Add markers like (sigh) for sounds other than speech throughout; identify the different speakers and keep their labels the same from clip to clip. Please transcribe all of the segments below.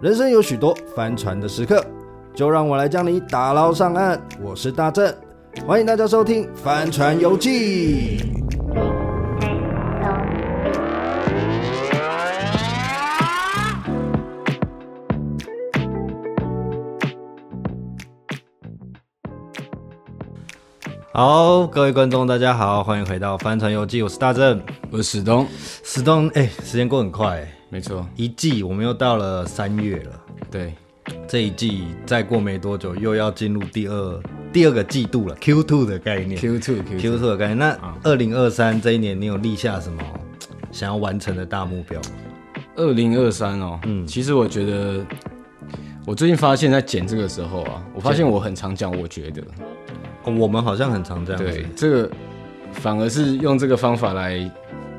Speaker 1: 人生有许多翻船的时刻，就让我来将你打捞上岸。我是大正，欢迎大家收听《帆船游记》。好，各位观众，大家好，欢迎回到《帆船游记》，我是大正。
Speaker 2: 我是史东，
Speaker 1: 史东，哎、时间过很快、
Speaker 2: 没错，
Speaker 1: 一季我们又到了三月了，
Speaker 2: 对，
Speaker 1: 这一季再过没多久又要进入第二第二个季度了，Q two 的概念
Speaker 2: Q two 啊 Q
Speaker 1: ，Q two 的概念。那二零二三这一年，你有立下什么想要完成的大目标吗？
Speaker 2: 二零二三哦，嗯，其实我觉得，我最近发现，在剪这个时候啊，我发现我很常讲，我觉得，
Speaker 1: 哦我们好像很常这样子
Speaker 2: 对，，这个反而是用这个方法来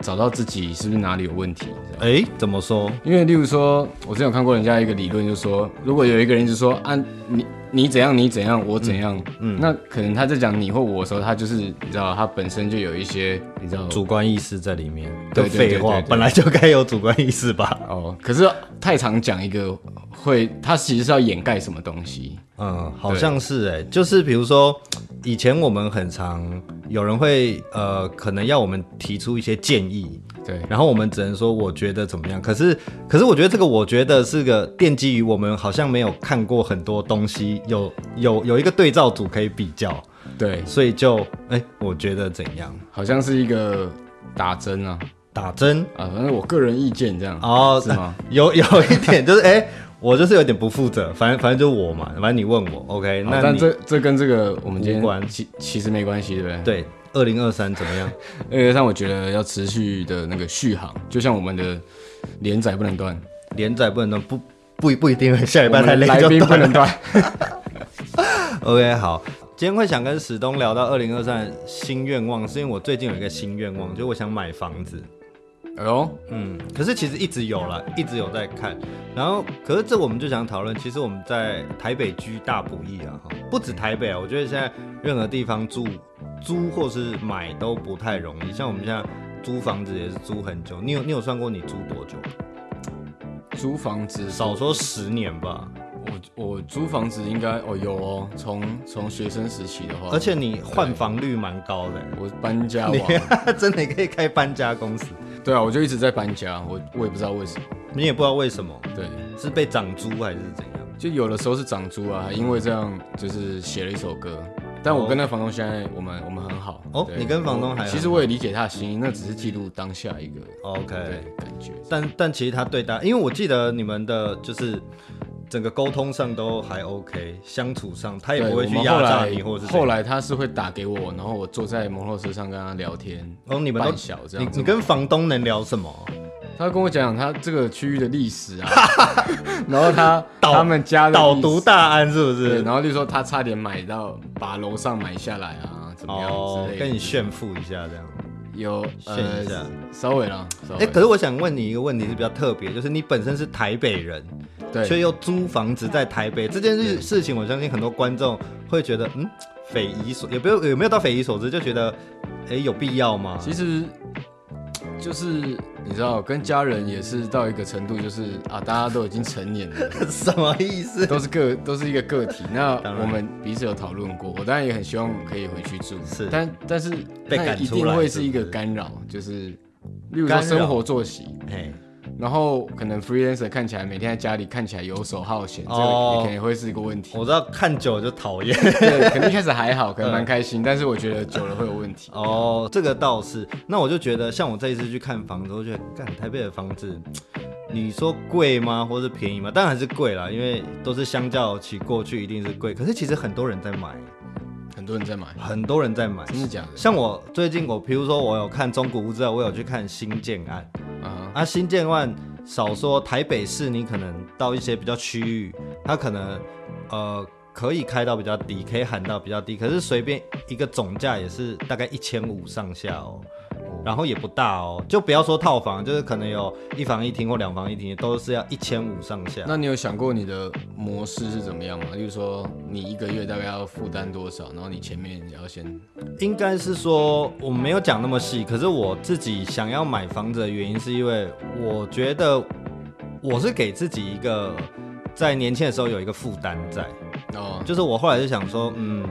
Speaker 2: 找到自己是不是哪里有问题，你知道吗
Speaker 1: 哎、怎么说？
Speaker 2: 因为例如说，我之前有看过人家一个理论，就是说，如果有一个人就说啊，你你怎样，你怎样，我怎样，嗯，那可能他在讲你或我的时候，他就是你知道，他本身就有一些你知道
Speaker 1: 主观意识在里面的
Speaker 2: 对对对
Speaker 1: 废话
Speaker 2: 对，对
Speaker 1: 本来就该有主观意识吧？
Speaker 2: 哦，可是太常讲一个会，他其实是要掩盖什么东西。
Speaker 1: 嗯，好像是哎、就是比如说，以前我们很常有人会呃，可能要我们提出一些建议，
Speaker 2: 对
Speaker 1: 然后我们只能说我觉得怎么样。可是，可是我觉得这个我觉得是个奠基于我们好像没有看过很多东西，有有有一个对照组可以比较，
Speaker 2: 对，
Speaker 1: 所以就哎、我觉得怎样
Speaker 2: 好像是一个打针啊
Speaker 1: 打针
Speaker 2: 啊，反正我个人意见这样。
Speaker 1: 哦，
Speaker 2: 是吗
Speaker 1: 有有一点就是哎、我就是有点不负责，反正反正就我嘛，反正你问我，OK，
Speaker 2: 好
Speaker 1: 那
Speaker 2: 但
Speaker 1: 你
Speaker 2: 这这跟这个我们今
Speaker 1: 无关
Speaker 2: 天其其实没关系，对不对？
Speaker 1: 对二零二三怎么样？
Speaker 2: 对，二月上我觉得要持续的那个续航，就像我们的连载不能断，
Speaker 1: 连载不能断，不不不一定下礼
Speaker 2: 我
Speaker 1: 拜太
Speaker 2: 们
Speaker 1: 累
Speaker 2: 来
Speaker 1: 就
Speaker 2: 宾不
Speaker 1: 断了。
Speaker 2: 能
Speaker 1: (laughs)
Speaker 2: 断。
Speaker 1: OK，好，今天会想跟史东聊到二零二三新愿望，是因为我最近有一个新愿望，就是我想买房子。
Speaker 2: 哎呦，
Speaker 1: 嗯，可是其实一直有啦，一直有在看。然后，可是这我们就想讨论，其实我们在台北居大不易啊，哈，不止台北啊，我觉得现在任何地方住租或是买都不太容易。像我们现在租房子也是租很久，你有你有算过你租多久？
Speaker 2: 租房子
Speaker 1: 少说十年吧。
Speaker 2: 我我租房子应该哦有哦，从从学生时期的话，
Speaker 1: 而且你换房率蛮高的、 (laughs)
Speaker 2: 我搬家
Speaker 1: 你
Speaker 2: 王，
Speaker 1: 真的可以开搬家公司，
Speaker 2: 对啊，我就一直在搬家，我我也不知道为什么，
Speaker 1: 你也不知道为什么
Speaker 2: 对。
Speaker 1: 是被涨租还是怎样。
Speaker 2: 就有的时候是长租啊，因为这样就是写了一首歌。但我跟那房东现在我们我们很好
Speaker 1: 哦
Speaker 2: 对
Speaker 1: 你跟房东还很好
Speaker 2: 其实我也理解他的心意，那只是记录当下一个
Speaker 1: OK，
Speaker 2: 对感觉。
Speaker 1: 但但其实他对大，因为我记得你们的就是整个沟通上都还 OK，相处上他也
Speaker 2: 对
Speaker 1: 不会去
Speaker 2: 我们
Speaker 1: 压
Speaker 2: 后来
Speaker 1: 榨你或者是怎样
Speaker 2: 后来他是会打给我，然后我坐在摩托车上跟他聊天，
Speaker 1: 哦，你们
Speaker 2: 半
Speaker 1: 都
Speaker 2: 小这
Speaker 1: 你
Speaker 2: 样子
Speaker 1: 你跟房东能聊什么？
Speaker 2: 他跟我讲讲他这个区域的历史
Speaker 1: (laughs)
Speaker 2: 啊，然后他
Speaker 1: 导
Speaker 2: 他们家的历史
Speaker 1: 导读大安是不
Speaker 2: 对，
Speaker 1: 是？
Speaker 2: 然后就说他差点买到把楼上买下来啊，怎么样
Speaker 1: 哦
Speaker 2: 之类，的，
Speaker 1: 跟你炫富一下这样。
Speaker 2: 有
Speaker 1: 炫一下
Speaker 2: 呃稍微啦，稍
Speaker 1: 哎、
Speaker 2: 微
Speaker 1: 可是我想问你一个问题是比较特别，就是你本身是台北人，
Speaker 2: 对
Speaker 1: 却又租房子在台北这件事事情，我相信很多观众会觉得，嗯，匪夷所也不有有没有到匪夷所思，就觉得，哎、有必要吗？
Speaker 2: 其实就是你知道，跟家人也是到一个程度，就是啊，大家都已经成年了，
Speaker 1: (laughs) 什么意
Speaker 2: (laughs)
Speaker 1: 思？
Speaker 2: 都是个都是一个个体。那
Speaker 1: (laughs) 当然
Speaker 2: 我们彼此有讨论过，我当然也很希望可以回去住，
Speaker 1: 是
Speaker 2: 但但是
Speaker 1: 被
Speaker 2: 那
Speaker 1: 赶
Speaker 2: 一
Speaker 1: 出
Speaker 2: 定
Speaker 1: 来
Speaker 2: 会
Speaker 1: 是
Speaker 2: 是
Speaker 1: 不
Speaker 2: 一个
Speaker 1: 是
Speaker 2: 干扰，就是例如
Speaker 1: 干
Speaker 2: 说
Speaker 1: 扰
Speaker 2: 生活作息，
Speaker 1: 哎，
Speaker 2: 然后可能 freelancer 看起来每天在家里看起来游手好闲，这
Speaker 1: 哦
Speaker 2: 个也可能会是一个问题。
Speaker 1: 我知道看久了就讨厌 (laughs)
Speaker 2: 对，可能一开始还好，可能蛮开心，但是我觉得久了会有问题。
Speaker 1: 哦，这个倒是。那我就觉得，像我这一次去看房子，我觉得，干台北的房子，你说贵吗，或是便宜吗？当然还是贵啦，因为都是相较起过去一定是贵。可是其实很多人在买，
Speaker 2: 很多人在买，
Speaker 1: 很多人在买。
Speaker 2: 真的假的？
Speaker 1: 像我最近我，比如说我有看中古屋之后，我有去看新建案
Speaker 2: 啊
Speaker 1: 啊，新建案少说台北市，你可能到一些比较区域，它可能呃可以开到比较低，可以喊到比较低，可是随便一个总价也是大概一千五上下哦。然后也不大哦，就不要说套房，就是可能有一房一厅或两房一厅，都是要一千五上下。
Speaker 2: 那你有想过你的模式是怎么样吗？例如说，你一个月大概要负担多少，然后你前面也要先
Speaker 1: 应该是说我没有讲那么细，可是我自己想要买房子的原因，是因为我觉得我是给自己一个在年轻的时候有一个负担在，
Speaker 2: 哦，
Speaker 1: 就是我后来就想说，嗯，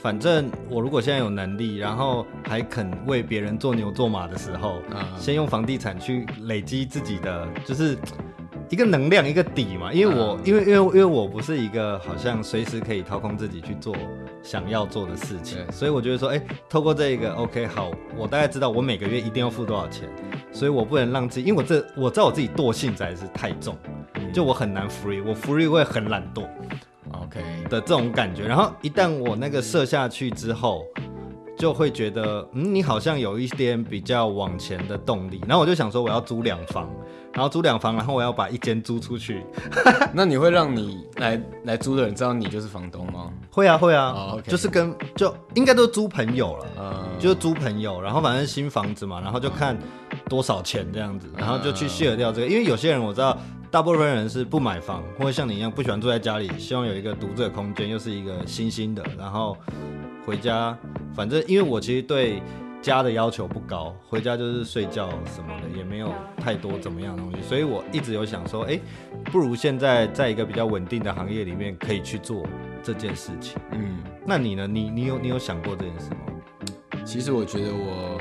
Speaker 1: 反正我如果现在有能力，然后还肯为别人做牛做马的时候，
Speaker 2: 嗯
Speaker 1: 先用房地产去累积自己的，就是一个能量一个底嘛。因为我、
Speaker 2: 嗯
Speaker 1: 因为因为因为我不是一个好像随时可以掏空自己去做想要做的事情，
Speaker 2: 对
Speaker 1: 所以我觉得说，哎、透过这个 OK 好，我大概知道我每个月一定要付多少钱，所以我不能让自己，因为我这我知道我自己惰性实在是太重，
Speaker 2: 嗯
Speaker 1: 就我很难 free，我 free 会很懒惰。
Speaker 2: OK，
Speaker 1: 的这种感觉。然后一旦我那个射下去之后，就会觉得，嗯，你好像有一点比较往前的动力。然后我就想说，我要租两房，然后租两房，然后我要把一间租出去。
Speaker 2: 那你会让你来来租的人知道你就是房东吗？
Speaker 1: 会啊，会啊，
Speaker 2: 哦，OK
Speaker 1: 就是跟就应该都租朋友了。
Speaker 2: 呃，
Speaker 1: 就是租朋友，然后反正新房子嘛，然后就看多少钱这样子，然后就去 share 掉这个。因为有些人我知道，大部分人是不买房，或者像你一样不喜欢住在家里，希望有一个独自的空间，又是一个新兴的，然后回家，反正因为我其实对。家的要求不高，回家就是睡觉什么的，也没有太多怎么样的东西，所以我一直有想说，哎、不如现在在一个比较稳定的行业里面可以去做这件事情。
Speaker 2: 嗯，
Speaker 1: 那你呢？你你有你有想过这件事吗？
Speaker 2: 其实我觉得我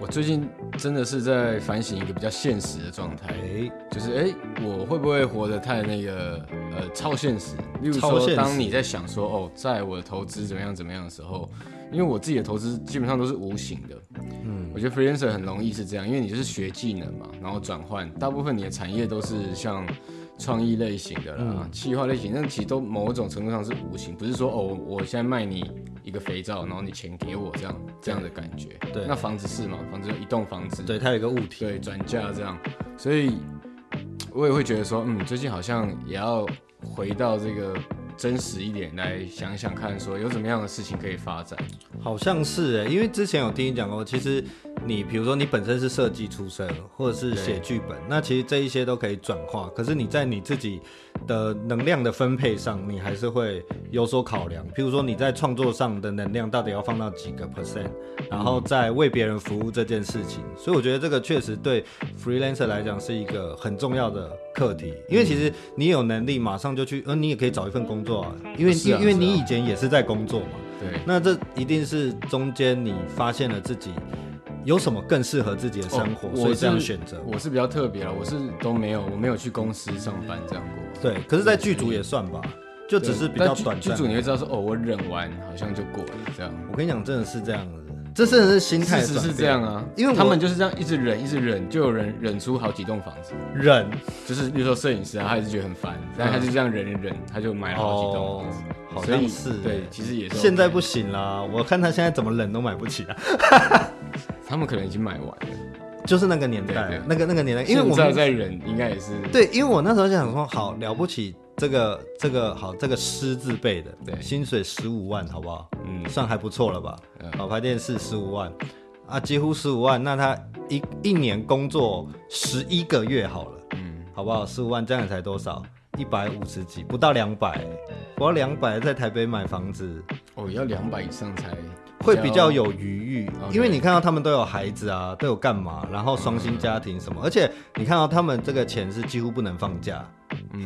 Speaker 2: 我最近真的是在反省一个比较现实的状态
Speaker 1: 哎、，
Speaker 2: 就是哎、我会不会活得太那个呃超现实？例如
Speaker 1: 超现
Speaker 2: 说，
Speaker 1: 实
Speaker 2: 当你在想说哦，在我的投资怎么样怎么样的时候，因为我自己的投资基本上都是无形的，嗯，我觉得 freelancer 很容易是这样，因为你就是学技能嘛，然后转换，大部分你的产业都是像。创意类型的啦，企划类型，那其实都某种程度上是无形，不是说哦，我现在卖你一个肥皂，然后你钱给我这样这样的感觉。
Speaker 1: 对
Speaker 2: 那房子是嘛？房子就一栋房子，
Speaker 1: 对，它有一个物体。
Speaker 2: 对，转嫁这样，所以我也会觉得说，嗯，最近好像也要回到这个真实一点来想想看，说有什么样的事情可以发展。
Speaker 1: 好像是哎、因为之前有听你讲过，其实你比如说你本身是设计出身，或者是写剧本，那其实这一些都可以转化。可是你在你自己的能量的分配上，你还是会有所考量。譬如说你在创作上的能量到底要放到几个 percent，然后在为别人服务这件事情。所以我觉得这个确实对 freelancer 来讲是一个很重要的课题，因为其实你有能力马上就去，呃，你也可以找一份工作啊，因为、
Speaker 2: 是啊
Speaker 1: 因为
Speaker 2: 是啊
Speaker 1: 你以前也是在工作嘛。
Speaker 2: 对，
Speaker 1: 那这一定是中间你发现了自己有什么更适合自己的生活，
Speaker 2: 哦
Speaker 1: 所以
Speaker 2: 我
Speaker 1: 这样
Speaker 2: 是
Speaker 1: 选择。
Speaker 2: 我是比较特别了，我是都没有，我没有去公司上班这样过。
Speaker 1: 对，可是，在剧组也算吧，就只是比较
Speaker 2: 但剧
Speaker 1: 短
Speaker 2: 剧
Speaker 1: 暂
Speaker 2: 组。你会知道说，哦，我忍完好像就过了这样。
Speaker 1: 我跟你讲，真的是这样子，这真的是心态
Speaker 2: 事
Speaker 1: 的
Speaker 2: 实
Speaker 1: 转
Speaker 2: 是
Speaker 1: 变
Speaker 2: 这样啊，
Speaker 1: 因为我
Speaker 2: 他们就是这样一直忍，一直忍，就有人忍出好几栋房子。
Speaker 1: 忍
Speaker 2: 就是比如说摄影师啊，他也是觉得很烦，但他就这样忍忍忍，他就买了好几栋
Speaker 1: 嗯哦
Speaker 2: 房子。，
Speaker 1: 好
Speaker 2: 所以
Speaker 1: 像是
Speaker 2: 对
Speaker 1: 欸，
Speaker 2: 其实也是 OK、
Speaker 1: 现在不行啦，我看他现在怎么忍都买不起啊，
Speaker 2: 他们可能已经买完了，
Speaker 1: 就是那个年代啊
Speaker 2: 对对，
Speaker 1: 那个那个年代，因为我
Speaker 2: 现在
Speaker 1: 们
Speaker 2: 在忍，应该也是
Speaker 1: 对，因为我那时候就想说，好了不起，这个这个好，这个狮字辈的，
Speaker 2: 对
Speaker 1: 薪水十五万，好不好？
Speaker 2: 嗯
Speaker 1: 算还不错了吧？
Speaker 2: 嗯
Speaker 1: 老牌电视十五万，啊，几乎十五万，那他一一年工作十一个月好了，
Speaker 2: 嗯，
Speaker 1: 好不好？十五万这样才多少？一百五十几，不到两百、不到两百，在台北买房子
Speaker 2: 哦，要两百以上才
Speaker 1: 会比较有余裕，
Speaker 2: OK
Speaker 1: 因为你看到他们都有孩子啊，都有干嘛，然后双薪家庭什么，而且你看到他们这个钱是几乎不能放假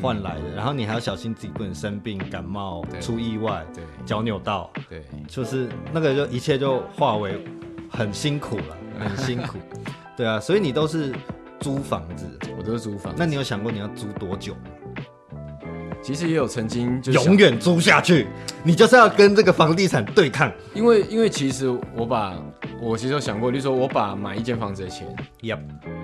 Speaker 1: 换来的，然后你还要小心自己不能生病、感冒、
Speaker 2: 对
Speaker 1: 出意外、
Speaker 2: 对
Speaker 1: 脚扭到，
Speaker 2: 对，
Speaker 1: 就是那个就一切就化为很辛苦
Speaker 2: (laughs)
Speaker 1: 了，很辛苦，对啊，所以你都是租房子，
Speaker 2: 我都是租房，
Speaker 1: 那你有想过你要租多久吗？
Speaker 2: 其实也有曾经就是想
Speaker 1: 永，远租下去，你就是要跟这个房地产对抗。
Speaker 2: 因为因为其实我把我其实有想过，就是说我把买一间房子的钱
Speaker 1: Yep，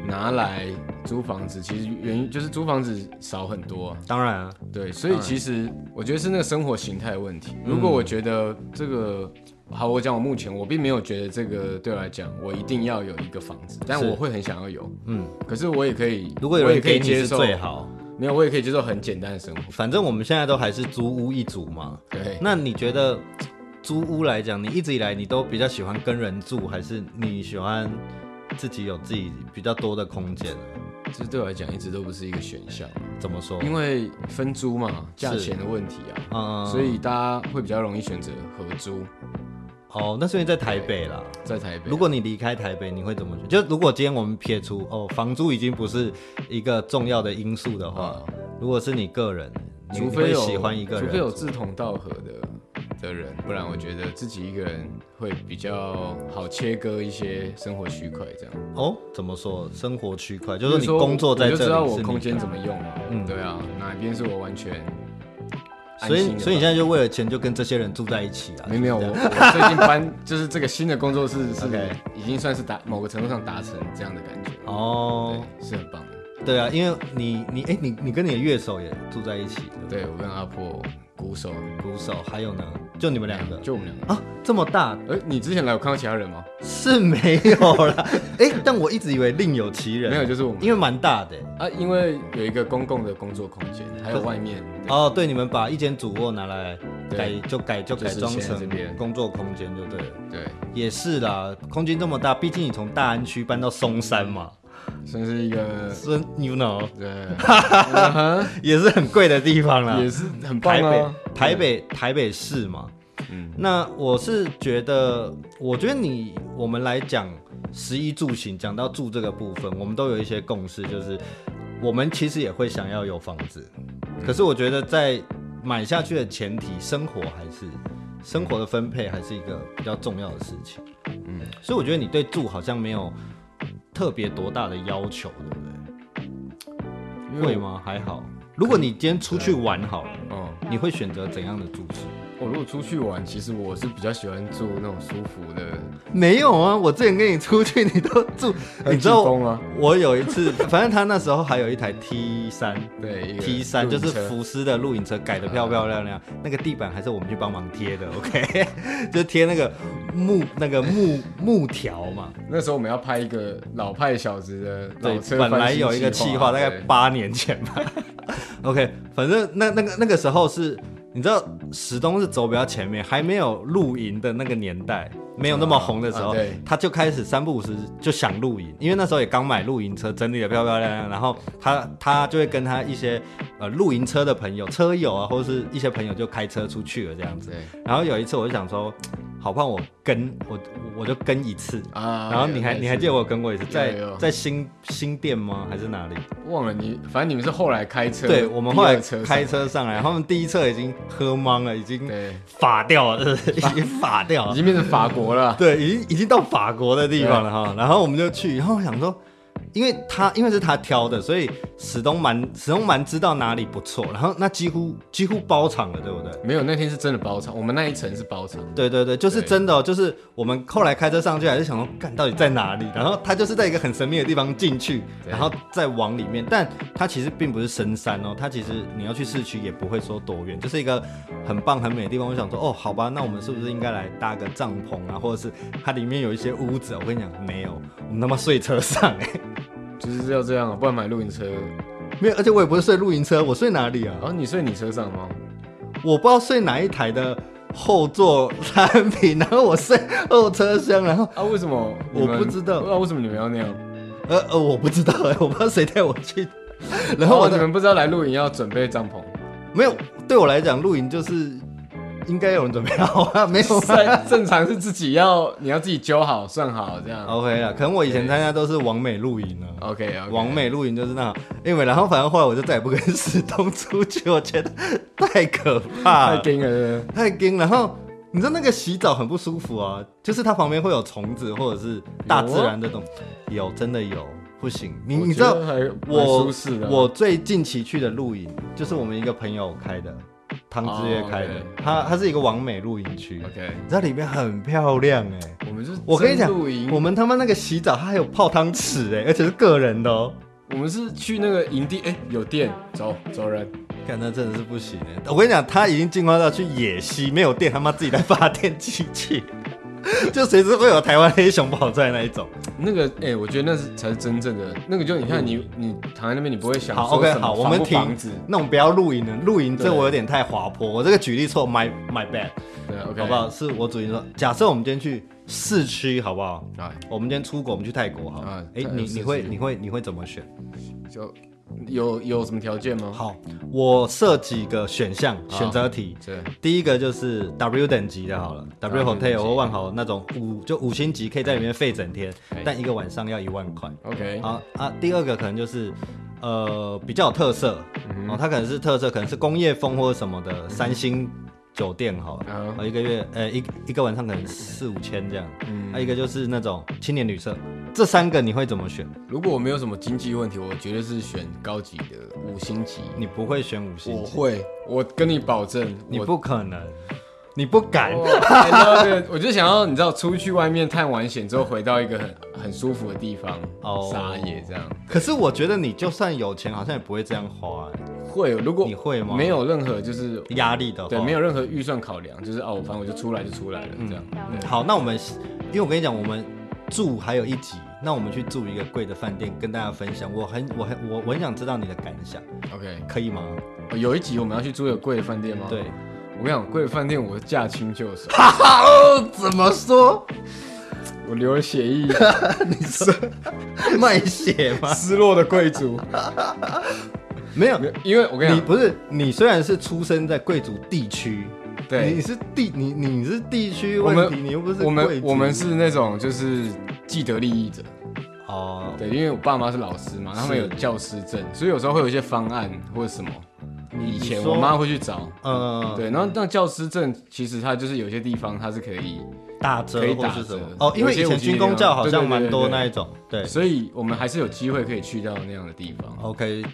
Speaker 2: 拿来租房子，其实原因就是租房子少很多啊、
Speaker 1: 当然啊，
Speaker 2: 对，所以其实我觉得是那个生活形态的问题。如果我觉得这个，好，我讲我目前我并没有觉得这个对我来讲，我一定要有一个房子，但
Speaker 1: 是
Speaker 2: 我会很想要有。
Speaker 1: 嗯，
Speaker 2: 可是我也可以，
Speaker 1: 如果有
Speaker 2: 我也
Speaker 1: 人
Speaker 2: 可以
Speaker 1: 给你
Speaker 2: 接
Speaker 1: 是
Speaker 2: 受，
Speaker 1: 最好。
Speaker 2: 没有我也可以接受很简单的生活。
Speaker 1: 反正我们现在都还是租屋一族嘛。
Speaker 2: 对，
Speaker 1: 那你觉得租屋来讲，你一直以来你都比较喜欢跟人住，还是你喜欢自己有自己比较多的空间？
Speaker 2: 这对我来讲一直都不是一个选项，
Speaker 1: 怎么说？
Speaker 2: 因为分租嘛，价
Speaker 1: 哦是
Speaker 2: 钱的问题啊，
Speaker 1: 嗯，
Speaker 2: 所以大家会比较容易选择合租
Speaker 1: 哦，那是因为在台北啦。
Speaker 2: 在台北。
Speaker 1: 如果你离开台北，你会怎么选？就如果今天我们撇除哦，房租已经不是一个重要的因素的话，
Speaker 2: 啊，
Speaker 1: 如果是你个人，你
Speaker 2: 除非有
Speaker 1: 会喜欢一个人
Speaker 2: 除非有志同道合的的人，不然我觉得自己一个人会比较好切割一些生活区块这样。
Speaker 1: 哦，怎么说？生活区块就
Speaker 2: 就是是
Speaker 1: 你
Speaker 2: 说
Speaker 1: 工作在这
Speaker 2: 我
Speaker 1: 里，
Speaker 2: 就知道
Speaker 1: 是
Speaker 2: 我
Speaker 1: 你
Speaker 2: 空间怎么用嘛。
Speaker 1: 嗯
Speaker 2: 嗯，对啊，哪边是我完全安
Speaker 1: 所
Speaker 2: 心
Speaker 1: 以
Speaker 2: 的
Speaker 1: 所以你现
Speaker 2: 吧
Speaker 1: 在就为了钱就跟这些人住在一起啊？
Speaker 2: 没有没有，我
Speaker 1: 就是这样
Speaker 2: 我最近搬就是这个新的工
Speaker 1: (laughs)
Speaker 2: 作室是
Speaker 1: OK
Speaker 2: 已经算是达某个程度上达成这样的感觉，
Speaker 1: 哦，
Speaker 2: 对，是很棒的。
Speaker 1: 对啊，因为你你哎、你你跟你的乐手也住在一起，对不对
Speaker 2: 对我跟阿婆鼓手
Speaker 1: 鼓手还有呢，就你们两个
Speaker 2: 就我们两个。
Speaker 1: 啊，这么大
Speaker 2: 哎、你之前来有看到其他人吗？
Speaker 1: 是没有啦。 (laughs) 哎、但我一直以为另有其人，
Speaker 2: 没有，就是我们
Speaker 1: 因为蛮大的、
Speaker 2: 啊，因为有一个公共的工作空间，还有外面。对
Speaker 1: 哦，对，你们把一间主卧拿来
Speaker 2: 对
Speaker 1: 改，就改就
Speaker 2: 就
Speaker 1: 改
Speaker 2: 是
Speaker 1: 装
Speaker 2: 现在
Speaker 1: 成
Speaker 2: 这边
Speaker 1: 工作空间就对了。
Speaker 2: 对，
Speaker 1: 也是啦，空间这么大，毕竟你从大安区搬到松山嘛，
Speaker 2: 算是一个
Speaker 1: 所以 you know (laughs)
Speaker 2: 对，嗯
Speaker 1: 也是很贵的地方啦。
Speaker 2: 也是很棒
Speaker 1: 啊台北
Speaker 2: 啊。，
Speaker 1: 台北，台北市嘛。
Speaker 2: 嗯，
Speaker 1: 那我是觉得，我觉得你我们来讲食衣住行，讲到住这个部分，我们都有一些共识，就是我们其实也会想要有房子，
Speaker 2: 嗯
Speaker 1: 可是我觉得在买下去的前提，生活还是生活的分配还是一个比较重要的事情。嗯，所以我觉得你对住好像没有特别多大的要求，对不对？
Speaker 2: 因
Speaker 1: 会
Speaker 2: 为我
Speaker 1: 吗？还好。如果你今天出去玩好了，
Speaker 2: 哦，
Speaker 1: 你会选择怎样的住宿？
Speaker 2: 我如果出去玩，其实我是比较喜欢住那种舒服的，
Speaker 1: 没有啊，我之前跟你出去，你都住，你知道
Speaker 2: (laughs)
Speaker 1: 我
Speaker 2: 很紧绷啊？
Speaker 1: 我有一次， (laughs) 反正他那时候还有一台 T 三
Speaker 2: (laughs) 对一个
Speaker 1: ，T 三
Speaker 2: 露
Speaker 1: 就
Speaker 2: 营
Speaker 1: 是
Speaker 2: 车
Speaker 1: 福斯的露营车，改的漂漂亮
Speaker 2: (laughs)
Speaker 1: 亮，那个地板还是我们去帮忙贴的，OK，就 (laughs) 贴那个木那个木 (laughs) 木条嘛。
Speaker 2: 那时候我们要拍一个老派小子的
Speaker 1: 对
Speaker 2: 老，车
Speaker 1: 本
Speaker 2: 翻
Speaker 1: 来
Speaker 2: 新
Speaker 1: 有一个计划，大概
Speaker 2: 对
Speaker 1: 八年前吧。OK，反正那那个那个时候是，你知道史东是走比较前面，还没有露营的那个年代，没有那么红的时候，
Speaker 2: 啊对
Speaker 1: 他就开始三不五时就想露营，因为那时候也刚买露营车，整理的漂漂亮亮，然后他他就会跟他一些呃露营车的朋友、车友啊，或者是一些朋友就开车出去了这样子。
Speaker 2: 对
Speaker 1: 然后有一次我就想说，好吧，我跟我我就跟一次，
Speaker 2: 啊，
Speaker 1: 然后你还
Speaker 2: 有
Speaker 1: 你还记得我跟过一次，在
Speaker 2: 有有
Speaker 1: 在新新店吗？还是哪里？
Speaker 2: 忘了你，反正你们是后来开车，
Speaker 1: 对，我们后来
Speaker 2: 第二车上
Speaker 1: 开，车上来，他们第一车已经喝懵了，已经
Speaker 2: 对，
Speaker 1: 法掉了， (laughs) 就是已经法掉
Speaker 2: 已
Speaker 1: 了，，
Speaker 2: 经变成法国了
Speaker 1: 对，已经已经到法国的地方了哈。然后我们就去，然后我想说，因为他因为是他挑的，所以史东蛮史东蛮知道哪里不错，然后那几乎几乎包场了，对不对？
Speaker 2: 没有那天是真的包场，我们那一层是包场，
Speaker 1: 对对对，就是
Speaker 2: 对
Speaker 1: 真的哦、就是我们后来开车上去，还是想说，干到底在哪里？然后他就是在一个很神秘的地方进去，
Speaker 2: 对
Speaker 1: 然后再往里面，但它其实并不是深山哦，它其实你要去市区也不会说多远，就是一个很棒很美的地方。我想说，哦，好吧，那我们是不是应该来搭个帐篷啊，或者是它里面有一些屋子？我跟你讲，没有，我们他妈睡车
Speaker 2: (laughs)
Speaker 1: 上哎、
Speaker 2: 就是要这样，啊不然买露营车。
Speaker 1: 没有，而且我也不是睡露营车，我睡哪里啊
Speaker 2: 然？后你睡你车上吗？
Speaker 1: 我不知道睡哪一台的后座产品，然后我睡后车厢，然后。
Speaker 2: 啊，为什么你
Speaker 1: 我
Speaker 2: 们？
Speaker 1: 不知道
Speaker 2: 那为什么你们要
Speaker 1: (laughs)
Speaker 2: 那样？
Speaker 1: 呃呃，我不知道 (laughs) 哎、我不知道谁带我去。然后
Speaker 2: 哦
Speaker 1: 我
Speaker 2: 你
Speaker 1: 的、
Speaker 2: 们不知道来露营要准备
Speaker 1: (laughs)
Speaker 2: 帐篷，
Speaker 1: 没有，对我来讲，露营就是应该有人准备好啊，没有吗
Speaker 2: 正常是自己要，你要自己揪好算好这样。
Speaker 1: ？OK 啊，可能我以前参加都是完美露营啊。
Speaker 2: OK，
Speaker 1: 完美露营就是那，因为然后反正后来我就再也不跟史东出去，我觉得太可怕
Speaker 2: 太
Speaker 1: 了，
Speaker 2: 惊了对不对，
Speaker 1: 太惊。然后你知道那个洗澡很不舒服啊，就是它旁边会有虫子或者是大自然的东西，有真的有，不行。你你知道
Speaker 2: 啊我觉得还蛮
Speaker 1: 我
Speaker 2: 舒适的啊，
Speaker 1: 我最近期去的露营，就是我们一个朋友开的，汤之月开的
Speaker 2: 哦，
Speaker 1: 它它是一个完美露营区，
Speaker 2: OK，
Speaker 1: 你知道里面很漂亮哎、
Speaker 2: 我们就是
Speaker 1: 我跟你讲
Speaker 2: 真露营，
Speaker 1: 我们他妈那个洗澡，它还有泡汤池哎、而且是个人的哦、
Speaker 2: 我们是去那个营地，哎、有电，走走人。
Speaker 1: 看那真的是不行哎、
Speaker 2: 欸
Speaker 1: 我跟你讲，它已经进化到去野溪，没有电，他妈自己带发电机去， (laughs) 就随时会有台湾黑熊跑出来那一种。
Speaker 2: 那个，哎、我觉得那是才是真正的那个，就你看你你躺在那边，你不会想
Speaker 1: 嗯好
Speaker 2: 说
Speaker 1: ，OK，
Speaker 2: 什么
Speaker 1: 好，我
Speaker 2: 房
Speaker 1: 们
Speaker 2: 不
Speaker 1: 停
Speaker 2: 房子，
Speaker 1: 那我们不要露营了，露营这
Speaker 2: 对
Speaker 1: 我有点太滑坡，我这个举例错，my my bad。
Speaker 2: 对，OK，
Speaker 1: 好不好？是我主意说，假设我们今天去市区，好不好？
Speaker 2: 哎，
Speaker 1: 我们今天出国，我们去泰国，好了。哎、
Speaker 2: 啊泰国
Speaker 1: 你
Speaker 2: 市区
Speaker 1: 你会你会你会怎么选？
Speaker 2: 就有有什么条件吗？
Speaker 1: 好，我设几个选项
Speaker 2: 好
Speaker 1: 选择题。
Speaker 2: 对，
Speaker 1: 第一个就是 W 等级的，好了，W
Speaker 2: W 啊等级
Speaker 1: hotel 或万豪那种五就五星级，可以在里面费整天
Speaker 2: 哎，
Speaker 1: 但一个晚上要一万块。
Speaker 2: OK，
Speaker 1: 好啊，第二个可能就是呃比较有特色，
Speaker 2: 嗯
Speaker 1: 哦，它可能是特色，可能是工业风或者什么的三星酒店好了，
Speaker 2: 嗯
Speaker 1: 哦，一个月呃一一个晚上可能四五千这样，
Speaker 2: 嗯
Speaker 1: 还、有一个就是那种青年旅社，这三个你会怎么选？
Speaker 2: 如果我没有什么经济问题，我绝对是选高级的五星级。
Speaker 1: 你不会选五星
Speaker 2: 我
Speaker 1: 级，
Speaker 2: 会，我跟你保证，
Speaker 1: 你
Speaker 2: 我
Speaker 1: 不可能，你不敢，
Speaker 2: 我看到这个我就想要，你知道，出去外面探完险之后，回到一个很很舒服的地方，
Speaker 1: 哦
Speaker 2: 撒野这样。
Speaker 1: 可是我觉得你就算有钱，好像也不会这样花、欸
Speaker 2: 会，如果
Speaker 1: 你会吗
Speaker 2: 没有任何就是
Speaker 1: 压力的话，
Speaker 2: 对，没有任何预算考量，就是哦，我反正我就出来就出来
Speaker 1: 嗯
Speaker 2: 了这样。
Speaker 1: 好，那我们因为我跟你讲，我们住还有一集，那我们去住一个贵的饭店，跟大家分享。我很我很我我很想知道你的感想，
Speaker 2: OK，
Speaker 1: 可以吗？
Speaker 2: 哦有一集我们要去住一个贵的饭店吗？
Speaker 1: 对，
Speaker 2: 我跟你讲，贵的饭店我驾轻就熟，哦
Speaker 1: 怎么
Speaker 2: (laughs)
Speaker 1: 说？
Speaker 2: 我流了
Speaker 1: (laughs)
Speaker 2: 血意，
Speaker 1: 你说卖血吗？
Speaker 2: 失落的贵族。
Speaker 1: 没有
Speaker 2: 没，有 (laughs) 因为我跟你
Speaker 1: 你
Speaker 2: 讲，
Speaker 1: 不是你，虽然是出生在贵族地区，
Speaker 2: 对
Speaker 1: 你是地你你是地区
Speaker 2: 我
Speaker 1: 问题，
Speaker 2: 们
Speaker 1: 你又不是
Speaker 2: 我
Speaker 1: 贵
Speaker 2: 们
Speaker 1: 族啊
Speaker 2: 我们是那种就是既得利益者，
Speaker 1: 哦，
Speaker 2: 对，因为我爸妈是老师嘛，他们
Speaker 1: 是
Speaker 2: 有教师证，所以有时候会有一些方案或者什么。以前
Speaker 1: 你说
Speaker 2: 我妈会去找，
Speaker 1: 呃，
Speaker 2: 对，然后那教师证其实它就是有些地方它是可以，
Speaker 1: 打折
Speaker 2: 可以
Speaker 1: 或
Speaker 2: 打
Speaker 1: 是什
Speaker 2: 折
Speaker 1: 么？哦，因为
Speaker 2: 有些
Speaker 1: 以前
Speaker 2: 五级
Speaker 1: 军工
Speaker 2: 的
Speaker 1: 教好像
Speaker 2: 对对对
Speaker 1: 蛮多
Speaker 2: 对对
Speaker 1: 那一种，对
Speaker 2: 所以我们还是有机会可以去到那样的地方。
Speaker 1: ，OK，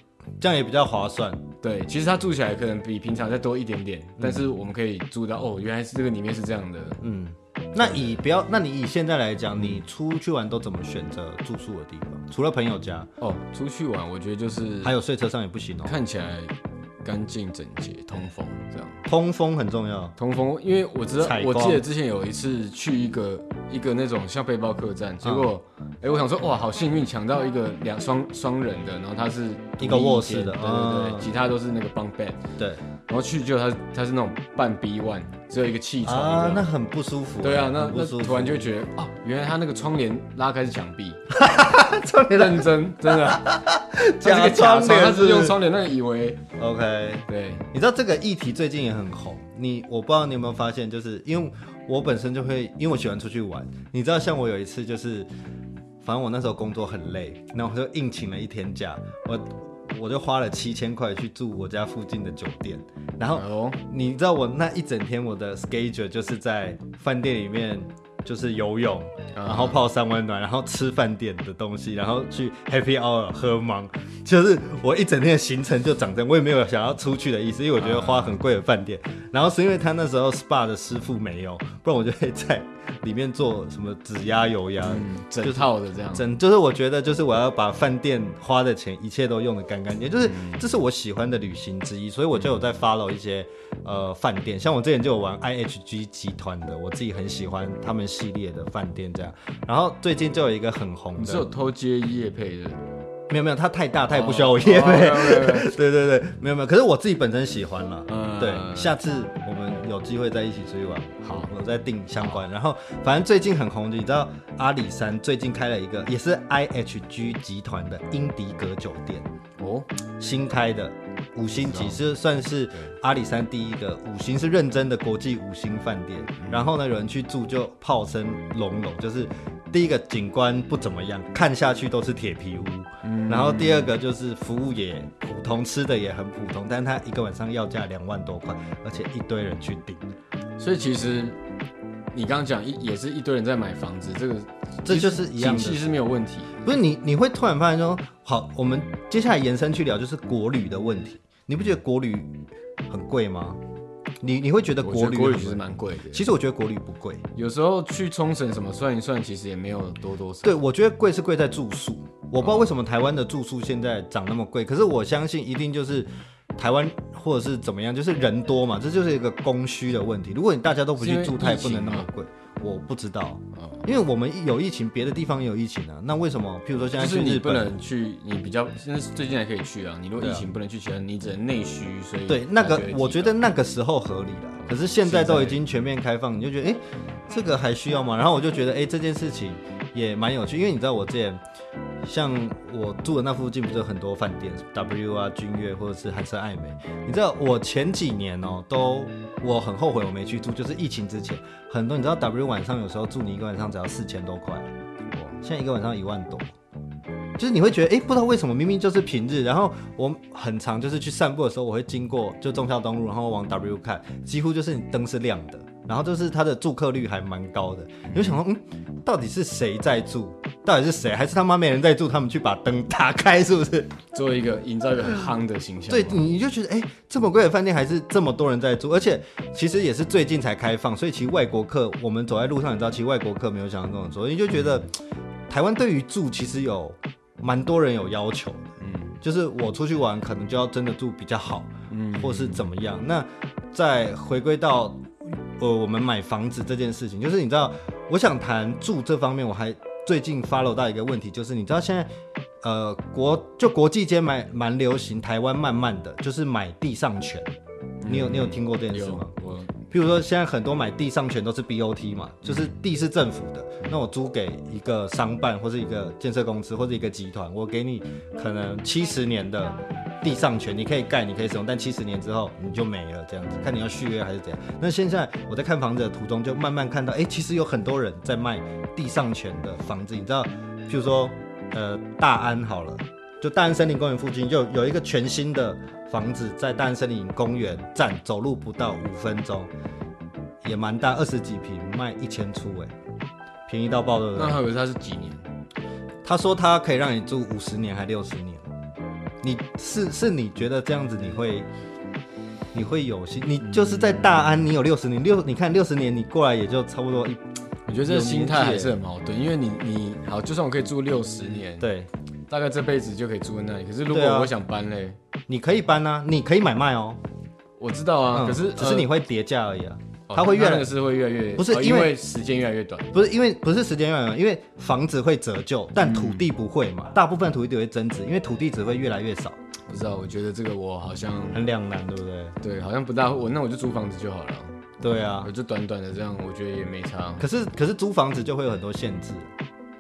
Speaker 1: 这样也比较划算。
Speaker 2: 对，其实它住起来可能比平常再多一点点，但是我们可以住到哦，原来是这个里面是这样的。
Speaker 1: 嗯，那以不要，那你以现在来讲，你出去玩都怎么选择住宿的地方？除了朋友家，
Speaker 2: 哦，出去玩我觉得就是
Speaker 1: 还有睡车上也不行哦。
Speaker 2: 看起来干净整洁、通风这样。
Speaker 1: 通风很重要。
Speaker 2: 通风，因为我知道
Speaker 1: 采，
Speaker 2: 我
Speaker 1: 光
Speaker 2: 记得之前有一次去一个一个那种像背包客栈，结果，
Speaker 1: 嗯
Speaker 2: 哎、我想说，哇，好幸运抢到一个两双双人的，然后它是独立
Speaker 1: 一个卧室的
Speaker 2: 间对对
Speaker 1: 嗯
Speaker 2: 对，其他都是那个 bunk bed，
Speaker 1: 对
Speaker 2: 然后去就它它是那种半 B one，只有一个气床
Speaker 1: 啊，
Speaker 2: 这
Speaker 1: 那
Speaker 2: 样
Speaker 1: 很不舒服。
Speaker 2: 对啊，那
Speaker 1: 很不
Speaker 2: 那
Speaker 1: 舒服。
Speaker 2: 突然就会觉得啊，原来它那个窗帘拉开是
Speaker 1: (laughs)
Speaker 2: 墙壁，认真真的，它是个
Speaker 1: 假
Speaker 2: 假
Speaker 1: 窗
Speaker 2: 窗，
Speaker 1: 帘
Speaker 2: 它只
Speaker 1: 是
Speaker 2: 是
Speaker 1: 不
Speaker 2: 用
Speaker 1: 是
Speaker 2: 窗帘那个以为
Speaker 1: OK。
Speaker 2: 对，
Speaker 1: 你知道这个议题最近也很红，你我不知道你有没有发现，就是因为我本身就会，因为我喜欢出去玩，你知道，像我有一次就是，反正我那时候工作很累，然后我就硬请了一天假，我我就花了七千块去住我家附近的酒店，然后
Speaker 2: 哦，
Speaker 1: 你知道我那一整天我的 schedule 就是在饭店里面就是游泳，然
Speaker 2: 啊
Speaker 1: 后泡三温暖，然后吃饭店的东西，然后去 happy hour 喝盲，就是我一整天的行程就长这样。我也没有想要出去的意思，因为我觉得花很贵的饭店。然后是因为他那时候 spa 的师傅没有，不然我就会在里面做什么指压、油压。
Speaker 2: 嗯，整套的这样，
Speaker 1: 真就是我觉得就是我要把饭店花的钱一切都用的干干净，净，就是
Speaker 2: 嗯
Speaker 1: 这是我喜欢的旅行之一，所以我就有在 follow 一些呃饭店，像我之前就有玩 IHG 集团的，我自己很喜欢他们系列的饭店这样。然后最近就有一个很红
Speaker 2: 你是有哦
Speaker 1: 的，
Speaker 2: 偷接夜配的。
Speaker 1: 没有没有，它太大，它也不需要我夜配。
Speaker 2: 配。
Speaker 1: (laughs) 对对对，没有没有，可是我自己本身喜欢了。
Speaker 2: 嗯
Speaker 1: 对，下次我们有机会再一起出去玩。
Speaker 2: 好
Speaker 1: 我再定相关。然后，反正最近很红，你知道阿里山最近开了一个，也是 IHG 集团的英迪格酒店
Speaker 2: 哦，
Speaker 1: 新开的五星级，
Speaker 2: 我
Speaker 1: 是算是阿里山第一个五星，是认真的国际五星饭店。然后呢，有人去住就炮声隆隆，就是第一个景观不怎么样，看下去都是铁皮屋。然后第二个就是服务也普通，吃的也很普通，但他一个晚上要价两万多块，而且一堆人去订。
Speaker 2: 所以其实你刚刚讲一也是一堆人在买房子，这个
Speaker 1: 这就是一样的
Speaker 2: 景气是没有问题。
Speaker 1: 不是你，你会突然发现说，好，我们接下来延伸去聊就是国旅的问题。你不觉得国旅很贵吗？你你会觉得
Speaker 2: 我
Speaker 1: 国
Speaker 2: 觉
Speaker 1: 旅
Speaker 2: 得国
Speaker 1: 很
Speaker 2: 旅
Speaker 1: 贵
Speaker 2: 其实蛮贵的，
Speaker 1: 其实我觉得国旅不贵，
Speaker 2: 有时候去冲绳什么算一算，其实也没有多多少。
Speaker 1: 对我觉得贵是贵在住宿。我不知道为什么台湾的住宿现在涨那么贵，可是我相信一定就是台湾或者是怎么样，就是人多嘛，这就是一个供需的问题。如果你大家都不
Speaker 2: 是因
Speaker 1: 去
Speaker 2: 为
Speaker 1: 住，它也
Speaker 2: 疫
Speaker 1: 不
Speaker 2: 情
Speaker 1: 能那么
Speaker 2: 吗
Speaker 1: 贵。我不知道，
Speaker 2: 哦
Speaker 1: 因为我们有疫情，别的地方也有疫情啊。那为什么？譬如说现在
Speaker 2: 就
Speaker 1: 去
Speaker 2: 是
Speaker 1: 日
Speaker 2: 你不
Speaker 1: 本，
Speaker 2: 能去，你比较现在最近还可以去啊。你如果疫情不能去其他，你只能内需，所以
Speaker 1: 对，那个
Speaker 2: 它就会
Speaker 1: 我觉得那个时候合理了。可是现在都已
Speaker 2: 现在
Speaker 1: 经全面开放，你就觉得哎、诶
Speaker 2: 嗯
Speaker 1: 这个还需要吗？然后我就觉得哎、诶这件事情也蛮有趣，因为你知道我之前像我住的那附近不是有很多饭店，W 啊、君悦或者是韩舍爱美，你知道我前几年哦、都我很后悔我没去住，就是疫情之前，很多你知道 W 晚上有时候住你一个晚上只要四千多块，
Speaker 2: 提高
Speaker 1: 现在一个晚上一万多。就是你会觉得，哎、不知道为什么明明就是平日，然后我很常就是去散步的时候，我会经过就忠孝东路，然后往 W 看，几乎就是你灯是亮的，然后就是它的住客率还蛮高的。你就想说，嗯，到底是谁在住？到底是谁？还是他妈没人在住，他们去把灯 (laughs) 打开，是不是？
Speaker 2: 做一个营造一个很夯的形象。
Speaker 1: 对，你就觉得哎、诶这么贵的饭店还是这么多人在住，而且其实也是最近才开放，所以其实外国客，我们走在路上，你知道，其实外国客没有想象中的多，你就觉得嗯台湾对于住其实有蛮多人有要求的，
Speaker 2: 嗯
Speaker 1: 就是我出去玩可能就要真的住比较好，
Speaker 2: 嗯，
Speaker 1: 或是怎么样。那再回归到呃我们买房子这件事情，就是你知道，我想谈住这方面，我还最近 follow 到一个问题，就是你知道现在呃国就国际间买蛮流行，台湾慢慢的就是买地上权，你有你有听过这件事吗
Speaker 2: 有？我
Speaker 1: 譬如说，现在很多买地上权都是 BOT 嘛，就是地是政府的，那我租给一个商办或是一个建设公司或者一个集团，我给你可能七十年的地上权，你可以盖，你可以使用，但七十年之后你就没了，这样子，看你要续约还是怎样。那现在我在看房子的途中，就慢慢看到，哎、其实有很多人在卖地上权的房子，你知道，譬如说，呃，大安好了。就大安森林公园附近就有一个全新的房子，在大安森林公园站走路不到五分钟，也蛮大，二十几平，卖一千出哎、便宜到爆，对不
Speaker 2: 那
Speaker 1: 对？
Speaker 2: 还以为他是几年？
Speaker 1: 他说他可以让你住五十年还六十年，你是是你觉得这样子你会你会有心，你就是在大安你有六十年六，你看六十年你过来也就差不多一
Speaker 2: 我觉得这
Speaker 1: 有
Speaker 2: 个心
Speaker 1: 年
Speaker 2: 态
Speaker 1: 纪
Speaker 2: 还
Speaker 1: 耶
Speaker 2: 是很矛盾，因为你你好，就算我可以住六十年，
Speaker 1: 对，
Speaker 2: 大概这辈子就可以住在那里。可是如
Speaker 1: 对
Speaker 2: 果
Speaker 1: 啊
Speaker 2: 我想搬嘞，
Speaker 1: 你可以搬啊，你可以买卖哦，
Speaker 2: 我知道啊，
Speaker 1: 嗯
Speaker 2: 可是
Speaker 1: 只是
Speaker 2: 呃
Speaker 1: 你会叠价而已啊，
Speaker 2: 哦
Speaker 1: 它会越
Speaker 2: 那
Speaker 1: 来
Speaker 2: 个是会越来越
Speaker 1: 不是
Speaker 2: 哦
Speaker 1: 因
Speaker 2: 因
Speaker 1: 为
Speaker 2: 为时间越来越短，
Speaker 1: 不是因为不是时间越来越短，因为房子会折旧，但土地不会
Speaker 2: 嗯
Speaker 1: 嘛，大部分土地会增值，因为土地只会越来越少，
Speaker 2: 不知道，我觉得这个我好像
Speaker 1: 很两难，对不对？
Speaker 2: 对，好像不大会，我那我就租房子就好了，
Speaker 1: 对啊
Speaker 2: 我，就短短的这样，我觉得也没差。
Speaker 1: 可是可是租房子就会有很多限制，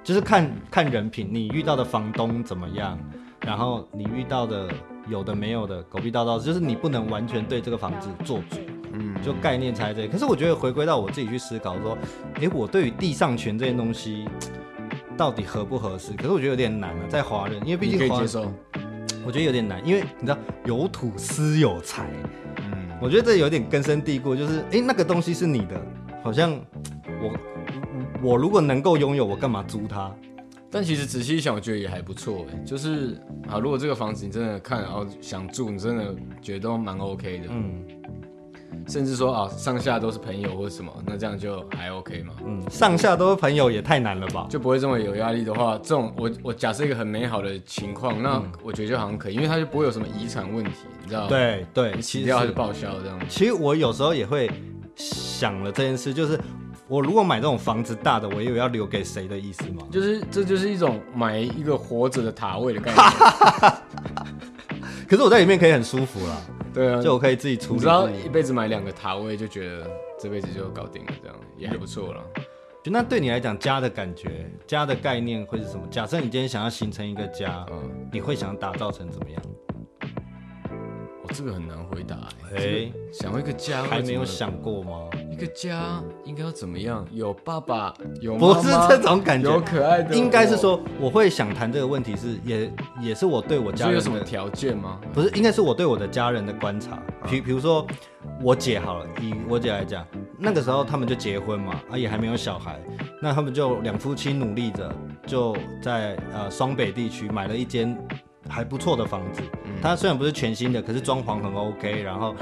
Speaker 1: 就是看看人品，你遇到的房东怎么样，然后你遇到的有的没有的狗屁叨叨，就是你不能完全对这个房子做主。
Speaker 2: 嗯，
Speaker 1: 就概念才这里。可是我觉得回归到我自己去思考说，诶，我对于地上权这件东西到底合不合适？可是我觉得有点难啊，在华人，因为毕
Speaker 2: 你可
Speaker 1: 竟
Speaker 2: 以
Speaker 1: 华
Speaker 2: 接
Speaker 1: 人
Speaker 2: 受，
Speaker 1: 我觉得有点难，因为你知道有土私有财，
Speaker 2: 嗯，
Speaker 1: 我觉得这有点根深蒂固，就是诶，那个东西是你的，好像我我如果能够拥有，我干嘛租它？
Speaker 2: 但其实仔细一想，我觉得也还不错哎，就是啊，如果这个房子你真的看，然后想住，你真的觉得都蛮 OK 的，
Speaker 1: 嗯
Speaker 2: 甚至说啊，上下都是朋友或者什么，那这样就还 OK 嘛，
Speaker 1: 嗯，上下都是朋友也太难了吧？
Speaker 2: 就不会这么有压力的话，这种我我假设一个很美好的情况，那我觉得就好像可以，因为它就不会有什么遗产问题，你知道吗？，
Speaker 1: 对对，
Speaker 2: 哦你
Speaker 1: 其
Speaker 2: 死
Speaker 1: 实
Speaker 2: 掉它
Speaker 1: 是
Speaker 2: 就报销这样。
Speaker 1: 其实我有时候也会想了这件事，就是我如果买这种房子大的，我也有要留给谁的意思吗？
Speaker 2: 就是这就是一种买一个活着的塔位的概念，
Speaker 1: 可是我在里面可以很舒服啦，
Speaker 2: 对啊，
Speaker 1: 就我可以自己处
Speaker 2: 你
Speaker 1: 理
Speaker 2: 知道
Speaker 1: 自
Speaker 2: 一
Speaker 1: 己。
Speaker 2: 辈子买两个塔位就觉得这辈子就搞定了，这样也还不错了。
Speaker 1: 就那对你来讲，家的感觉、家的概念会是什么？假设你今天想要形成一个家，
Speaker 2: 嗯，
Speaker 1: 你会想打造成怎么样？
Speaker 2: 我哦这个很难回答、
Speaker 1: 哎
Speaker 2: 欸。这个想一个家会
Speaker 1: 还没有
Speaker 2: 怎
Speaker 1: 想过吗？
Speaker 2: 么一个家应该要怎么样？有爸爸，有
Speaker 1: 不
Speaker 2: 妈
Speaker 1: 是
Speaker 2: 妈
Speaker 1: 这种感
Speaker 2: 有
Speaker 1: 觉，
Speaker 2: 可爱的我，
Speaker 1: 应该是说我会想谈这个问题是也也是我对我
Speaker 2: 你
Speaker 1: 家
Speaker 2: 说有
Speaker 1: 人
Speaker 2: 什么
Speaker 1: 的
Speaker 2: 条件吗？
Speaker 1: 不是，应该是我对我的家人的观察。比比如说，我姐好了，以我姐来讲，那个时候他们就结婚嘛，啊也还没有小孩，那他们就两夫妻努力着，就在呃双北地区买了一间还不错的房子。它虽然不是全新的，可是装潢很 OK，然后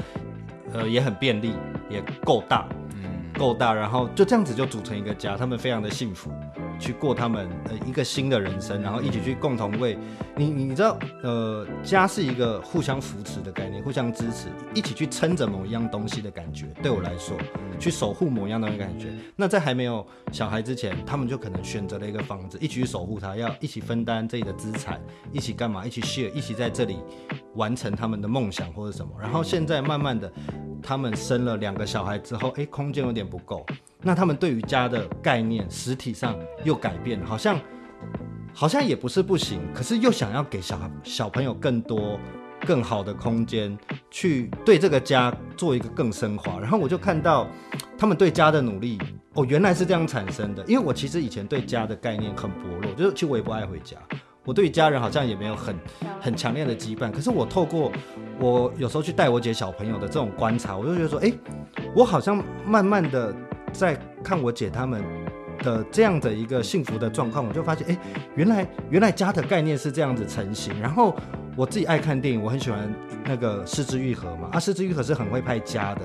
Speaker 1: 呃也很便利，也够大，
Speaker 2: 嗯，
Speaker 1: 够大，然后就这样子就组成一个家，他们非常的幸福，去过他们呃一个新的人生，然后一起去共同为你，你知道，呃，家是一个互相扶持的概念，互相支持，一起去撑着某一样东西的感觉，对我来说，去守护某一样东西的感觉。那在还没有小孩之前，他们就可能选择了一个房子，一起去守护它，要一起分担自己的资产，一起干嘛，一起 share，一起在这里完成他们的梦想或者什么。然后现在慢慢的，他们生了两个小孩之后，诶，空间有点不够，那他们对于家的概念实体上又改变了，好像好像也不是不行，可是又想要给小小朋友更多更好的空间，去对这个家做一个更升华。然后我就看到他们对家的努力，哦，原来是这样产生的。因为我其实以前对家的概念很薄弱，就是其实我也不爱回家，我对于家人好像也没有很很强烈的羁绊。可是我透过我有时候去带我姐小朋友的这种观察，我就觉得说，哎，我好像慢慢的在看我姐他们的这样的一个幸福的状况，我就发现，哎，原来原来家的概念是这样子成型。然后我自己爱看电影，我很喜欢那个《失之愈合》嘛，啊，《失之愈合》是很会拍家的。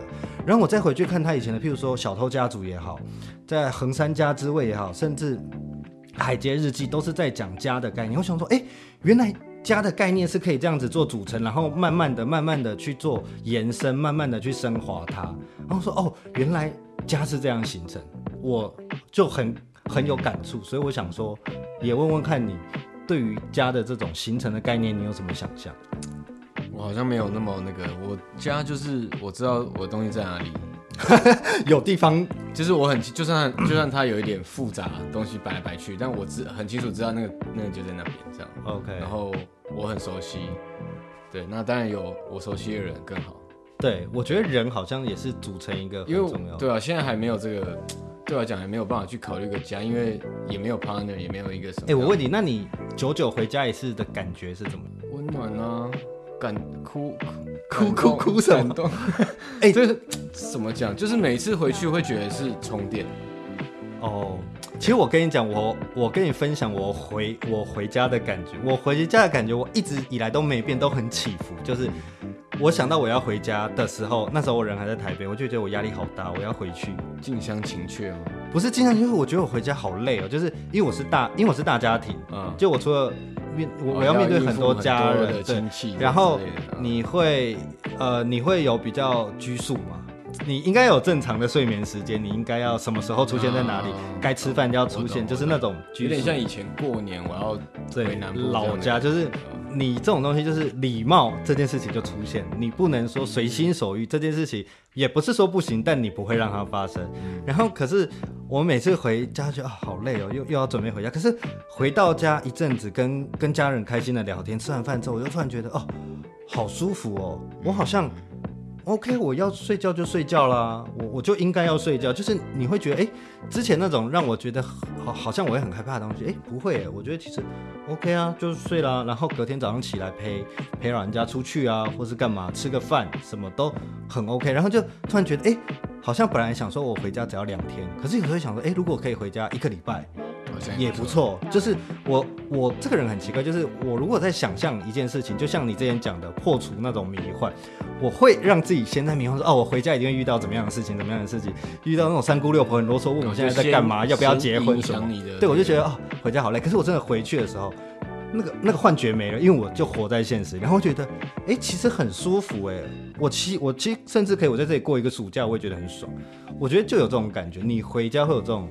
Speaker 1: 然后我再回去看他以前的，譬如说《小偷家族》也好，在《横山家之味》也好，甚至。《海街日记》都是在讲家的概念。我想说，哎、原来家的概念是可以这样子做组成，然后慢慢的、慢慢的去做延伸，慢慢的去升华它。然后说，哦，原来家是这样形成，我就很很有感触。所以我想说，也问问看你对于家的这种形成的概念，你有什么想象？
Speaker 2: 我好像没有那么那个，我家就是我知道我东西在哪里，
Speaker 1: 有地方
Speaker 2: 就是我很就算就算它有一点复杂东西摆来摆去，但我知很清楚知道那个那个就在那边这样，
Speaker 1: OK，
Speaker 2: 然后我很熟悉，对，那当然有我熟悉的人更好，
Speaker 1: 对我觉得人好像也是组成一个很
Speaker 2: 因为
Speaker 1: 重要的。
Speaker 2: 我对啊，现在还没有这个，对我来讲还没有办法去考虑一个家，因为也没有 partner，也没有一个什么
Speaker 1: 哎、
Speaker 2: 样
Speaker 1: 我问你，那你久久回家一次的感觉是怎么？
Speaker 2: 温暖啊，感哭
Speaker 1: 哭
Speaker 2: 感动
Speaker 1: 哭哭什么
Speaker 2: 感动， (laughs)
Speaker 1: 哎
Speaker 2: 这个怎么讲？就是每次回去会觉得是充电，
Speaker 1: 哦，其实我跟你讲，我我跟你分享我回我回家的感觉，我回家的感觉，我一直以来都没变，都很起伏。就是我想到我要回家的时候，那时候我人还在台北，我就觉得我压力好大，我要回去。
Speaker 2: 近乡情怯哦。
Speaker 1: 不是经常就是我觉得我回家好累哦，就是因为我是大，因为我是大家庭，
Speaker 2: 嗯，
Speaker 1: 就我除了面我
Speaker 2: 哦
Speaker 1: 我要面对
Speaker 2: 应付
Speaker 1: 很多家
Speaker 2: 很多
Speaker 1: 人
Speaker 2: 的
Speaker 1: 对，
Speaker 2: 亲戚之类的，
Speaker 1: 然后
Speaker 2: 嗯
Speaker 1: 你会呃你会有比较拘束吗？你应该有正常的睡眠时间，你应该要什么时候出现在哪里
Speaker 2: 啊，
Speaker 1: 该吃饭就要出
Speaker 2: 我
Speaker 1: 现，
Speaker 2: 懂
Speaker 1: 就是那
Speaker 2: 我懂
Speaker 1: 种
Speaker 2: 有
Speaker 1: 拘
Speaker 2: 点
Speaker 1: 束
Speaker 2: 像。以前过年我要回
Speaker 1: 对
Speaker 2: 南部，
Speaker 1: 老家
Speaker 2: 这
Speaker 1: 就是
Speaker 2: 样的感觉
Speaker 1: 你这种东西，就是礼貌这件事情就出现，你不能说随心所欲这件事情，也不是说不行，但你不会让它发生。然后可是我每次回家就啊好累哦，又又要准备回家。可是回到家一阵子跟，跟家人开心的聊天，吃完饭之后，我就突然觉得哦，好舒服哦，我好像 OK，我要睡觉就睡觉啦，我我就应该要睡觉。就是你会觉得，哎、之前那种让我觉得好好像我也很害怕的东西，哎、不会耶、我觉得其实 OK 啊，就睡啦，然后隔天早上起来陪陪老人家出去啊，或是干嘛吃个饭，什么都很 OK。然后就突然觉得，哎、好像本来想说我回家只要两天，可是有时候想说，哎、如果可以回家一个礼拜，
Speaker 2: 好像
Speaker 1: 也不。错。就是我我这个人很奇怪，就是我如果在想象一件事情，就像你之前讲的，破除那种迷幻，我会让自己先在迷幻说，哦，我回家一定会遇到怎么样的事情，怎么样的事情，遇到那种三姑六婆很啰嗦，问我嗯现在在干嘛，
Speaker 2: 先
Speaker 1: 要不要结婚
Speaker 2: 先
Speaker 1: 什
Speaker 2: 影
Speaker 1: 么
Speaker 2: 响。你的
Speaker 1: 对，我就觉得哦，回家好累。可是我真的回去的时候，那个那个幻觉没了，因为我就活在现实。然后我觉得，哎，其实很舒服哎。我其我其实甚至可以我在这里过一个暑假，我也觉得很爽。我觉得就有这种感觉，你回家会有这种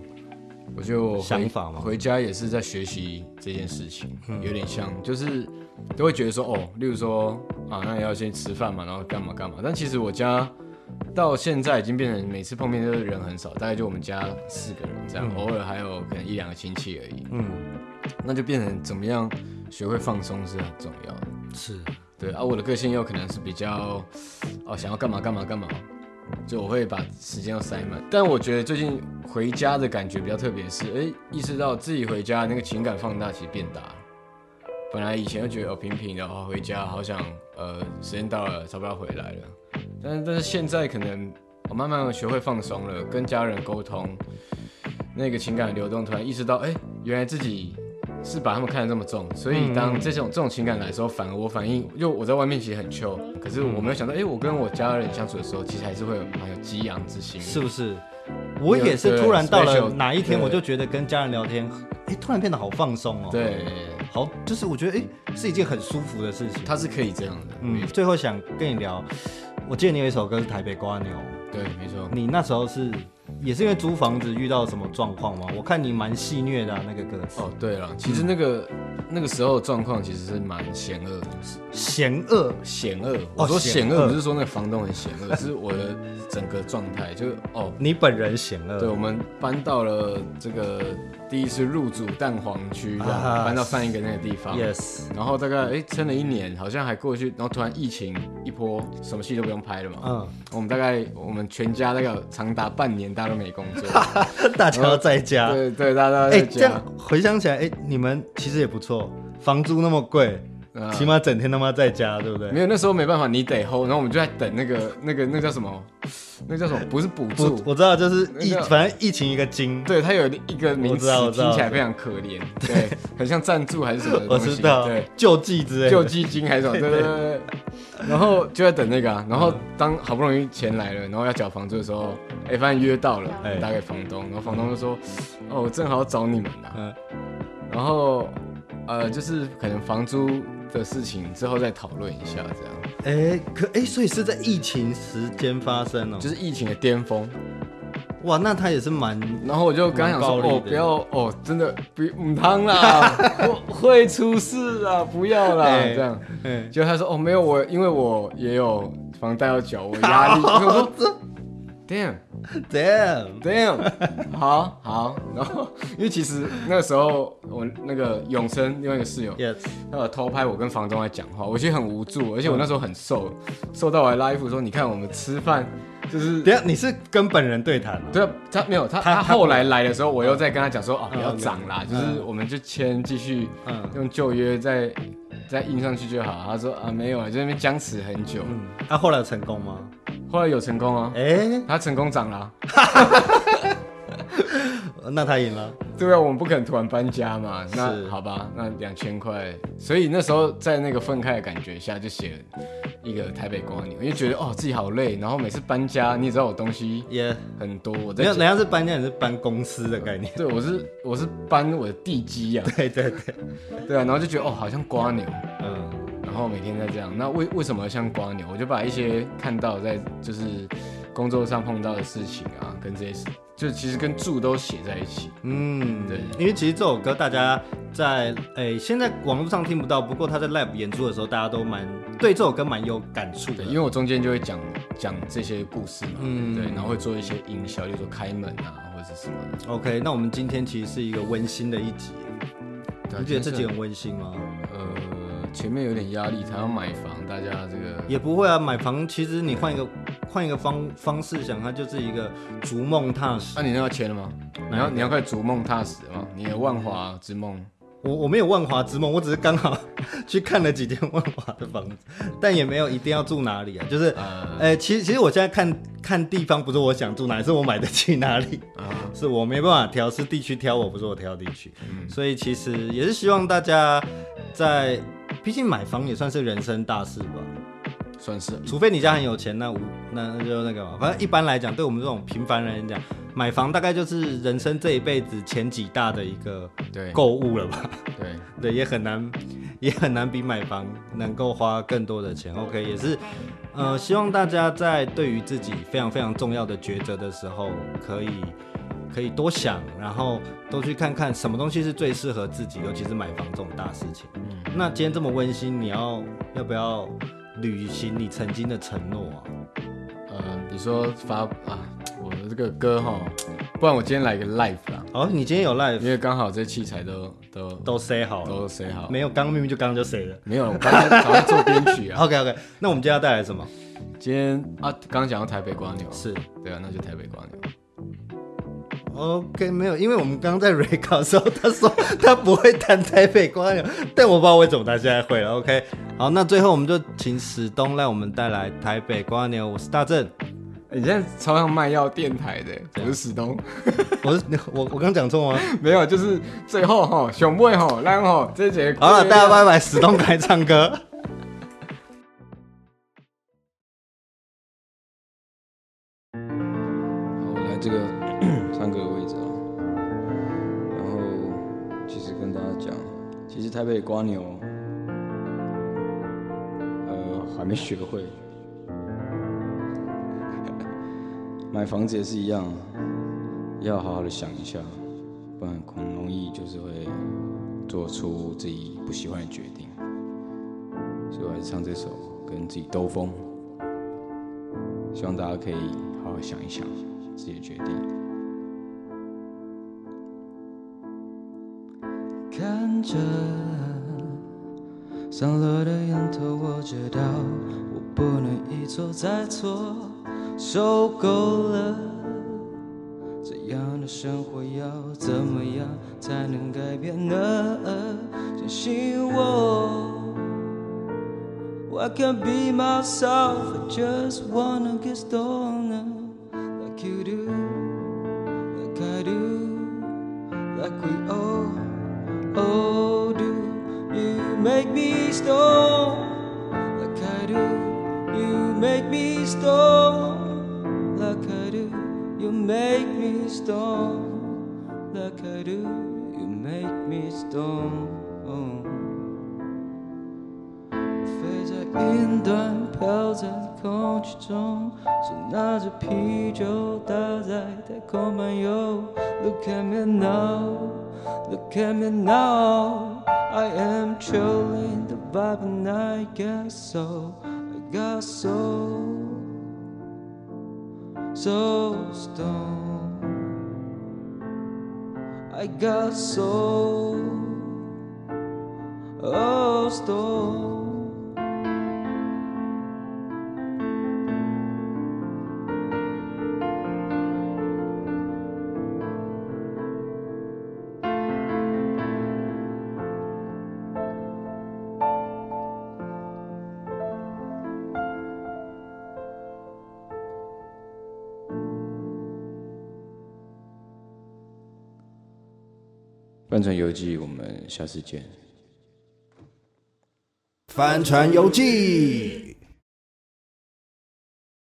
Speaker 2: 我就回
Speaker 1: 哦想法吗嗯
Speaker 2: 回家也是在学习这件事情，有点像，就是都会觉得说，哦，例如说啊，那要先吃饭嘛，然后干嘛干嘛。但其实我家到现在已经变成每次碰面都是人很少，大概就我们家四个人这样，偶尔还有可能一两个亲戚而已。
Speaker 1: 嗯，
Speaker 2: 那就变成怎么样学会放松是很重要的。
Speaker 1: 是
Speaker 2: 对啊，我的个性又可能是比较，哦，想要干嘛干嘛干嘛，就我会把时间要塞满。但我觉得最近回家的感觉比较特别是，哎，意识到自己回家那个情感放大其实变大了。本来以前就觉得哦平平的哦回家好想呃时间到了差不多要回来了，但是但是现在可能我慢慢地学会放松了，跟家人沟通，那个情感流动突然意识到，哎，原来自己是把他们看得这么重，所以当这种这种情感来的时候，反而我反应，就我在外面其实很 chill，可是我没有想到，哎，我跟我家人相处的时候，其实还是会有蛮有激昂之心的。
Speaker 1: 是不是？我也是突然到了
Speaker 2: special，
Speaker 1: 哪一天，
Speaker 2: 对
Speaker 1: 我就觉得跟家人聊天，哎，突然变得好放松哦。，
Speaker 2: 对，
Speaker 1: 好，就是我觉得哎，是一件很舒服的事情。
Speaker 2: 他是可以这样的，
Speaker 1: 嗯，
Speaker 2: 嗯，
Speaker 1: 最后想跟你聊，我记得你有一首歌是《台北瓜牛》，
Speaker 2: 对，没错。
Speaker 1: 你那时候是也是因为租房子遇到什么状况吗？我看你蛮戏谑的啊、那个歌词，
Speaker 2: 哦，对了，其实那个、那个时候的状况其实是蛮险恶的，
Speaker 1: 险恶
Speaker 2: 险恶。
Speaker 1: 哦
Speaker 2: 我说
Speaker 1: 险
Speaker 2: 险
Speaker 1: 恶
Speaker 2: 恶不是说那个房东很险
Speaker 1: (laughs)
Speaker 2: 恶，是我的整个状态，就是哦，
Speaker 1: 你本人险
Speaker 2: 对，
Speaker 1: 恶，
Speaker 2: 我们搬到了这个第一次入主蛋黄区，这样
Speaker 1: 啊
Speaker 2: 搬到上一个那个地方。
Speaker 1: ，yes，
Speaker 2: 然后大概哎撑了一年，好像还过去，然后突然疫情一波，什么戏都不用拍了嘛。 (laughs)
Speaker 1: 嗯，
Speaker 2: 我们大概我们全家大概有长达半年，大家都没工
Speaker 1: (laughs)
Speaker 2: 作。
Speaker 1: 大家要在家，
Speaker 2: 对对，大家都
Speaker 1: 哎、
Speaker 2: 在
Speaker 1: 这
Speaker 2: 家。
Speaker 1: 样回想起来，哎、你们其实也不错，房租那么贵，
Speaker 2: 啊
Speaker 1: 起码整天他妈在家，对不对？
Speaker 2: 没有，那时候没办法，你得 hold，然后我们就在等那个那个那叫什么，那叫什么？不是补
Speaker 1: 我
Speaker 2: 助，
Speaker 1: 我知道，就是疫
Speaker 2: 那，个
Speaker 1: 反正疫情一个经，
Speaker 2: 对，它有一个名
Speaker 1: 我知
Speaker 2: 词
Speaker 1: 道我知道
Speaker 2: 听起来非常可怜，对，很像赞助还是什么的
Speaker 1: 我
Speaker 2: 东西，
Speaker 1: 知道
Speaker 2: 对，，
Speaker 1: 救济之类的，
Speaker 2: 救济金还是什么，对对对对。对然后就在等那个啊，然后当好不容易钱来了，然后要缴房租的时候，哎，发现约到了
Speaker 1: 哎，
Speaker 2: 打给房东，然后房东就说，哦，我正好找你们啊，
Speaker 1: 嗯
Speaker 2: 然后呃，就是可能房租的事情之后再讨论一下，这样。
Speaker 1: 哎、可哎、所以是在疫情时间发生哦、
Speaker 2: 就是疫情的巅峰，
Speaker 1: 哇，那他也是蛮
Speaker 2: 然后我就刚想说，
Speaker 1: 蛮暴力的
Speaker 2: 哦，不要，哦，真的不母汤
Speaker 1: (laughs)
Speaker 2: 啦，我会出事啊，不要啦，
Speaker 1: 哎
Speaker 2: 这样。
Speaker 1: 哎
Speaker 2: (laughs) 结果他说，哦，没有，我因为我也有房贷要缴，我压
Speaker 1: (laughs)
Speaker 2: 力。我说，damn
Speaker 1: damn，
Speaker 2: damn，好好。然后因为其实那个时候我那个永生另外一个室友，
Speaker 1: yes，
Speaker 2: 他有偷拍我跟房东在讲话，我其实很无助，
Speaker 1: 嗯
Speaker 2: 而且我那时候很瘦，瘦到我还拉衣服说，你看我们吃饭就是
Speaker 1: 等一下你是跟本人对谈、啊，
Speaker 2: 对啊，他没有他
Speaker 1: 他
Speaker 2: 他
Speaker 1: 他
Speaker 2: 后来来的时候，我又在跟他讲说，哦，
Speaker 1: 嗯
Speaker 2: 不要涨啦，就
Speaker 1: 嗯
Speaker 2: 是我们就签继续
Speaker 1: 嗯
Speaker 2: 用旧约再再印上去就好。他说啊，没有啊，就在那边僵持很久，
Speaker 1: 嗯，他、后来有成功吗？
Speaker 2: 后来有成功啊，
Speaker 1: 哎、
Speaker 2: 他成功涨啦。
Speaker 1: 那他赢了，
Speaker 2: 对啊，我们不可能突然搬家嘛，
Speaker 1: 是
Speaker 2: 那好吧，那两千块，所以那时候在那个愤慨的感觉下，就写了一个台北瓜牛，因为觉得哦自己好累，然后每次搬家，你也知道我东西
Speaker 1: 也、
Speaker 2: 很多，我
Speaker 1: 没有，人
Speaker 2: 在
Speaker 1: 家是搬家，你是搬公司的概念， (laughs)
Speaker 2: 对我是我是搬我的地基啊，
Speaker 1: 对对对，
Speaker 2: 对啊，然后就觉得哦好像瓜牛。
Speaker 1: 嗯，
Speaker 2: 然后每天在这样。那为为什么像瓜牛？我就把一些看到在就是工作上碰到的事情啊，跟这些事，就其实跟住都写在一起。
Speaker 1: 嗯，
Speaker 2: 对
Speaker 1: 因为其实这首歌大家在诶、现在网络上听不到，不过他在 live 演出的时候，大家都蛮对这首歌蛮有感触的
Speaker 2: 对，因，为我中间就会讲讲这些故事嘛，
Speaker 1: 嗯
Speaker 2: 对，然后会做一些音效，例如说开门啊，或者是什么的。
Speaker 1: OK，那我们今天其实是一个温馨的一集，
Speaker 2: 对啊
Speaker 1: 你觉得这集
Speaker 2: 就是
Speaker 1: 很温馨吗？
Speaker 2: 呃前面有点压力，才要买房，大家这个
Speaker 1: 也不会啊，买房其实你换一个换一个方方式想，它就是一个逐梦踏实。
Speaker 2: 啊那、你那要签了吗？
Speaker 1: 哪
Speaker 2: 你
Speaker 1: 一
Speaker 2: 要
Speaker 1: 个
Speaker 2: 你要快逐梦踏实了吗？你的万华之梦，
Speaker 1: 我我没有万华之梦，我只是刚好去看了几间万华的房子，但也没有一定要住哪里啊，就是。
Speaker 2: 呃
Speaker 1: 呃，其实其实我现在看看地方，不是我想住哪里，是我买得起哪里， (laughs)
Speaker 2: 啊，
Speaker 1: 是我没办法挑，是地区挑我，不是我挑地区。
Speaker 2: 嗯
Speaker 1: 所以其实也是希望大家在，毕竟买房也算是人生大事吧。
Speaker 2: 算是
Speaker 1: 除非你家很有钱，那无那那就那个嘛。反正一般来讲，对我们这种平凡人来讲，买房大概就是人生这一辈子前几大的一个
Speaker 2: 对
Speaker 1: 购物了吧？
Speaker 2: 对。
Speaker 1: 对，也很难， (laughs) 也很难比买房能够花更多的钱。OK，也是，呃，希望大家在对于自己非常非常重要的抉择的时候，可以可以多想，然后多去看看什么东西是最适合自己，尤其是买房这种大事情。
Speaker 2: 嗯
Speaker 1: 那今天这么温馨，你要要不要履行你曾经的承诺啊？
Speaker 2: 呃，你说发啊，我的这个歌哈，不然我今天来个 live 啦，
Speaker 1: 哦，你今天有 live
Speaker 2: 因为刚好这器材都都
Speaker 1: 都 say 好了，
Speaker 2: 都 say 好，
Speaker 1: 没有？刚刚明明就刚刚就 say 了。
Speaker 2: 没有，我刚才早上做编曲啊。
Speaker 1: OK OK，那我们今天要带来什么？
Speaker 2: 今天啊，刚刚讲到台北瓜牛，
Speaker 1: 是
Speaker 2: 对啊，那就台北瓜牛。
Speaker 1: OK，没有，因为我们刚刚在 r e c o 的时候， (laughs) 他说他不会弹台北瓜牛，但我不知道为什么他现在会了。OK，好，那最后我们就请史东来我们带来台北瓜牛。我是大正，
Speaker 2: 欸你现在超像卖药电台的，我是史东，
Speaker 1: 我是我我刚讲错吗？
Speaker 2: 没有，就是最后哈，熊妹哈，然后这一节
Speaker 1: 好了，大家拜拜，史东来唱歌。
Speaker 3: 我来这个唱歌的位置啊。然后，其实跟大家讲，其实台北瓜牛，呃，还没学会。 (laughs) 买房子也是一样，要好好的想一下，不然很容易就是会做出自己不喜欢的决定。所以我还是唱这首，跟自己兜风。希望大家可以好好想一想自己的决定。看着散落的烟头，我知道我不能一错再错，受够了这样的生活要怎么样才能改变呢？相信我，I can be myself. I just wanna get stronger, like you do, like I do, like we all, all do. You make me strong, like I do. You make me strong, like I do. You make me strong, like I do. You make me strong. 飞在云端，飘在空气中，手拿着啤酒，搭在太空漫游。Look at me now, look at me now. I am chilling the vibe and I got so, I got so, so stoned. I got so. Oh, storm.《帆船游记》，我们下次见。
Speaker 1: 帆船游记。